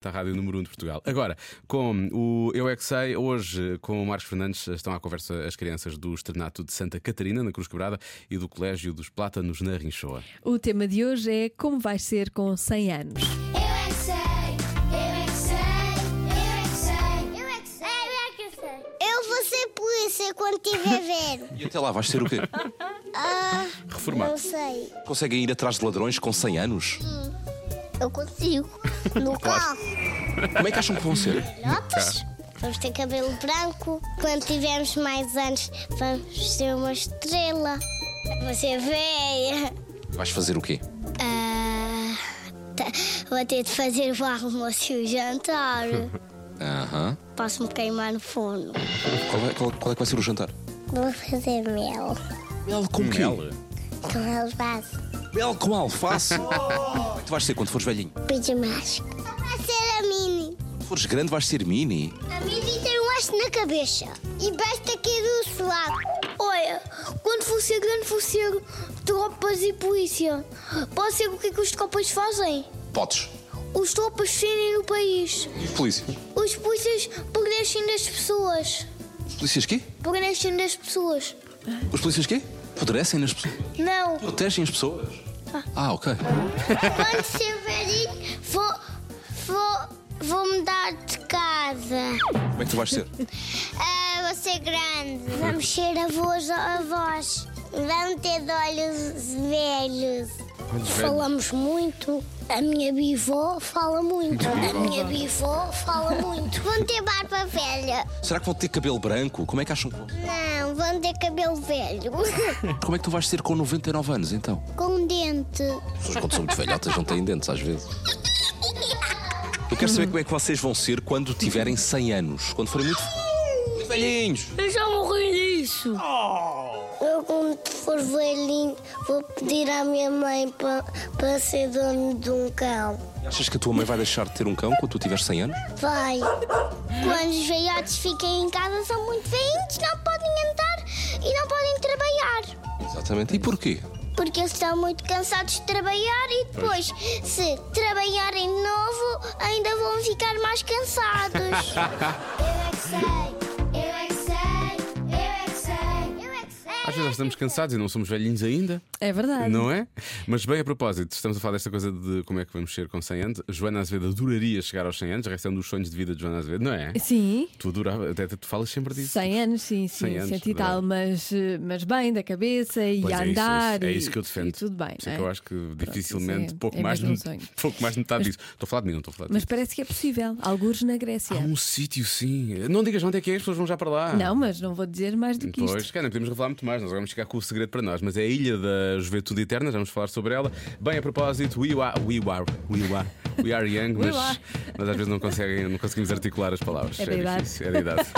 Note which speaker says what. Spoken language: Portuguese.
Speaker 1: da Rádio Número 1 de Portugal. Agora, com o Eu É Que Sei, hoje com o Marcos Fernandes estão à conversa as crianças do Externato de Santa Catarina, na Cruz Quebrada, e do Colégio dos Plátanos, na Rinchoa.
Speaker 2: O tema de hoje é Como vais ser com 100 anos?
Speaker 3: Eu é que sei, eu é que sei, eu é que sei, eu é que sei, eu é que sei, eu é que sei. Eu vou ser polícia quando tiver velho.
Speaker 4: E até lá vais ser o quê?
Speaker 3: Ah,
Speaker 1: Reformar.
Speaker 3: não sei.
Speaker 4: Conseguem ir atrás de ladrões com 100 anos?
Speaker 3: Eu consigo. No carro.
Speaker 4: Como é que acham que vão ser?
Speaker 3: Notas? Vamos ter cabelo branco. Quando tivermos mais anos, vamos ser uma estrela. Vou ser velha.
Speaker 4: Vais fazer o quê?
Speaker 3: Ah, tá- vou ter de fazer o almoço e o jantar.
Speaker 4: Aham.
Speaker 3: Posso-me queimar no forno.
Speaker 4: Qual, é, qual- qual é que vai ser o jantar? Um
Speaker 3: Vou fazer mel.
Speaker 4: Mel com quê?
Speaker 3: Com alface.
Speaker 4: Mel com alface? Como é que tu vais ser quando fores velhinho?
Speaker 3: Pedi mágica. Só vai ser a Mini.
Speaker 4: Quando fores grande vais ser mini?
Speaker 3: A Mini tem um haste na cabeça. E basta cair do suave. Olha, quando for ser grande, vou ser tropas e polícia. Pode ser o que, é que os tropas fazem.
Speaker 4: Podes.
Speaker 3: Os tropas defendem no país.
Speaker 4: E os polícias?
Speaker 3: Os polícias protegem das pessoas.
Speaker 4: Os polícias quê?
Speaker 3: Protegem das pessoas.
Speaker 4: Os polícias quê? Apodrecem nas pessoas?
Speaker 3: Não.
Speaker 4: Protegem as pessoas? Ah, ok.
Speaker 3: Quando ser velhinho, vou, vou, vou mudar de casa.
Speaker 4: Como é que tu vais ser?
Speaker 3: Ah, vou ser grande. Vamos ser avós avós. Vamos ter de olhos velhos. Falamos muito. A minha bivó fala muito. A minha bivó fala muito. Vão ter barba velha.
Speaker 4: Será que vão ter cabelo branco? Como é que acham que vão?
Speaker 3: Não, vão ter cabelo velho.
Speaker 4: Como é que tu vais ser com 99 anos então?
Speaker 3: Com dente.
Speaker 4: As pessoas quando são muito velhotas não têm dentes às vezes. Eu quero saber como é que vocês vão ser quando tiverem 100 anos, quando forem muito muito velhinhos.
Speaker 3: Eu já morri disso. Eu, quando for velhinho, vou pedir à minha mãe para ser dono de um cão.
Speaker 4: Achas que a tua mãe vai deixar de ter um cão quando tu tiveres 100 anos?
Speaker 3: Vai. Quando os velhotes ficam em casa são muito veinhos, não podem andar e não podem trabalhar.
Speaker 4: Exatamente. E porquê?
Speaker 3: Porque eles estão muito cansados de trabalhar e depois, se trabalharem de novo, ainda vão ficar mais cansados. eu é que sei, eu é que sei, eu é que sei, eu é que sei.
Speaker 1: Às vezes nós estamos cansados e não somos velhinhos ainda.
Speaker 2: É verdade.
Speaker 1: Não é? Mas bem a propósito, estamos a falar desta coisa de como é que vamos ser com 100 anos. Joana Azevedo adoraria chegar aos 100 anos, restando é um dos sonhos de vida de Joana Azevedo, não é?
Speaker 2: Sim.
Speaker 1: Tu adorava, até tu falas sempre disso.
Speaker 2: 100 anos, sim, sim,
Speaker 1: 100 anos,
Speaker 2: cento e tal,
Speaker 1: verdade.
Speaker 2: mas, eh, mas bem da cabeça e
Speaker 1: Pois
Speaker 2: a
Speaker 1: é isso,
Speaker 2: andar.
Speaker 1: É isso, é
Speaker 2: e-
Speaker 1: isso que eu defendo.
Speaker 2: E tudo bem.
Speaker 1: Por isso é
Speaker 2: não
Speaker 1: que eu
Speaker 2: é?
Speaker 1: acho que
Speaker 2: Pronto,
Speaker 1: dificilmente
Speaker 2: isso é-
Speaker 1: pouco,
Speaker 2: é
Speaker 1: mais,
Speaker 2: mesmo um sonho.
Speaker 1: pouco mais de metade disso. Estou a falar de mim, não estou a falar de
Speaker 2: Mas parece que é possível. Algures na Grécia.
Speaker 1: Há um sítio, sim. Não digas onde é que é, as pessoas vão já para lá.
Speaker 2: Não, mas não vou dizer mais do que isto.
Speaker 1: Pois, cara, não podemos revelar muito mais, nós vamos ficar com o segredo para nós, mas é a Ilha da Juventude Eterna, já vamos falar sobre ela. Bem, a propósito, we are, we are, we are, we are young,
Speaker 2: We
Speaker 1: mas,
Speaker 2: are.
Speaker 1: mas às vezes não, conseguem, não conseguimos articular as palavras. É
Speaker 2: É da idade.
Speaker 1: difícil, é da idade.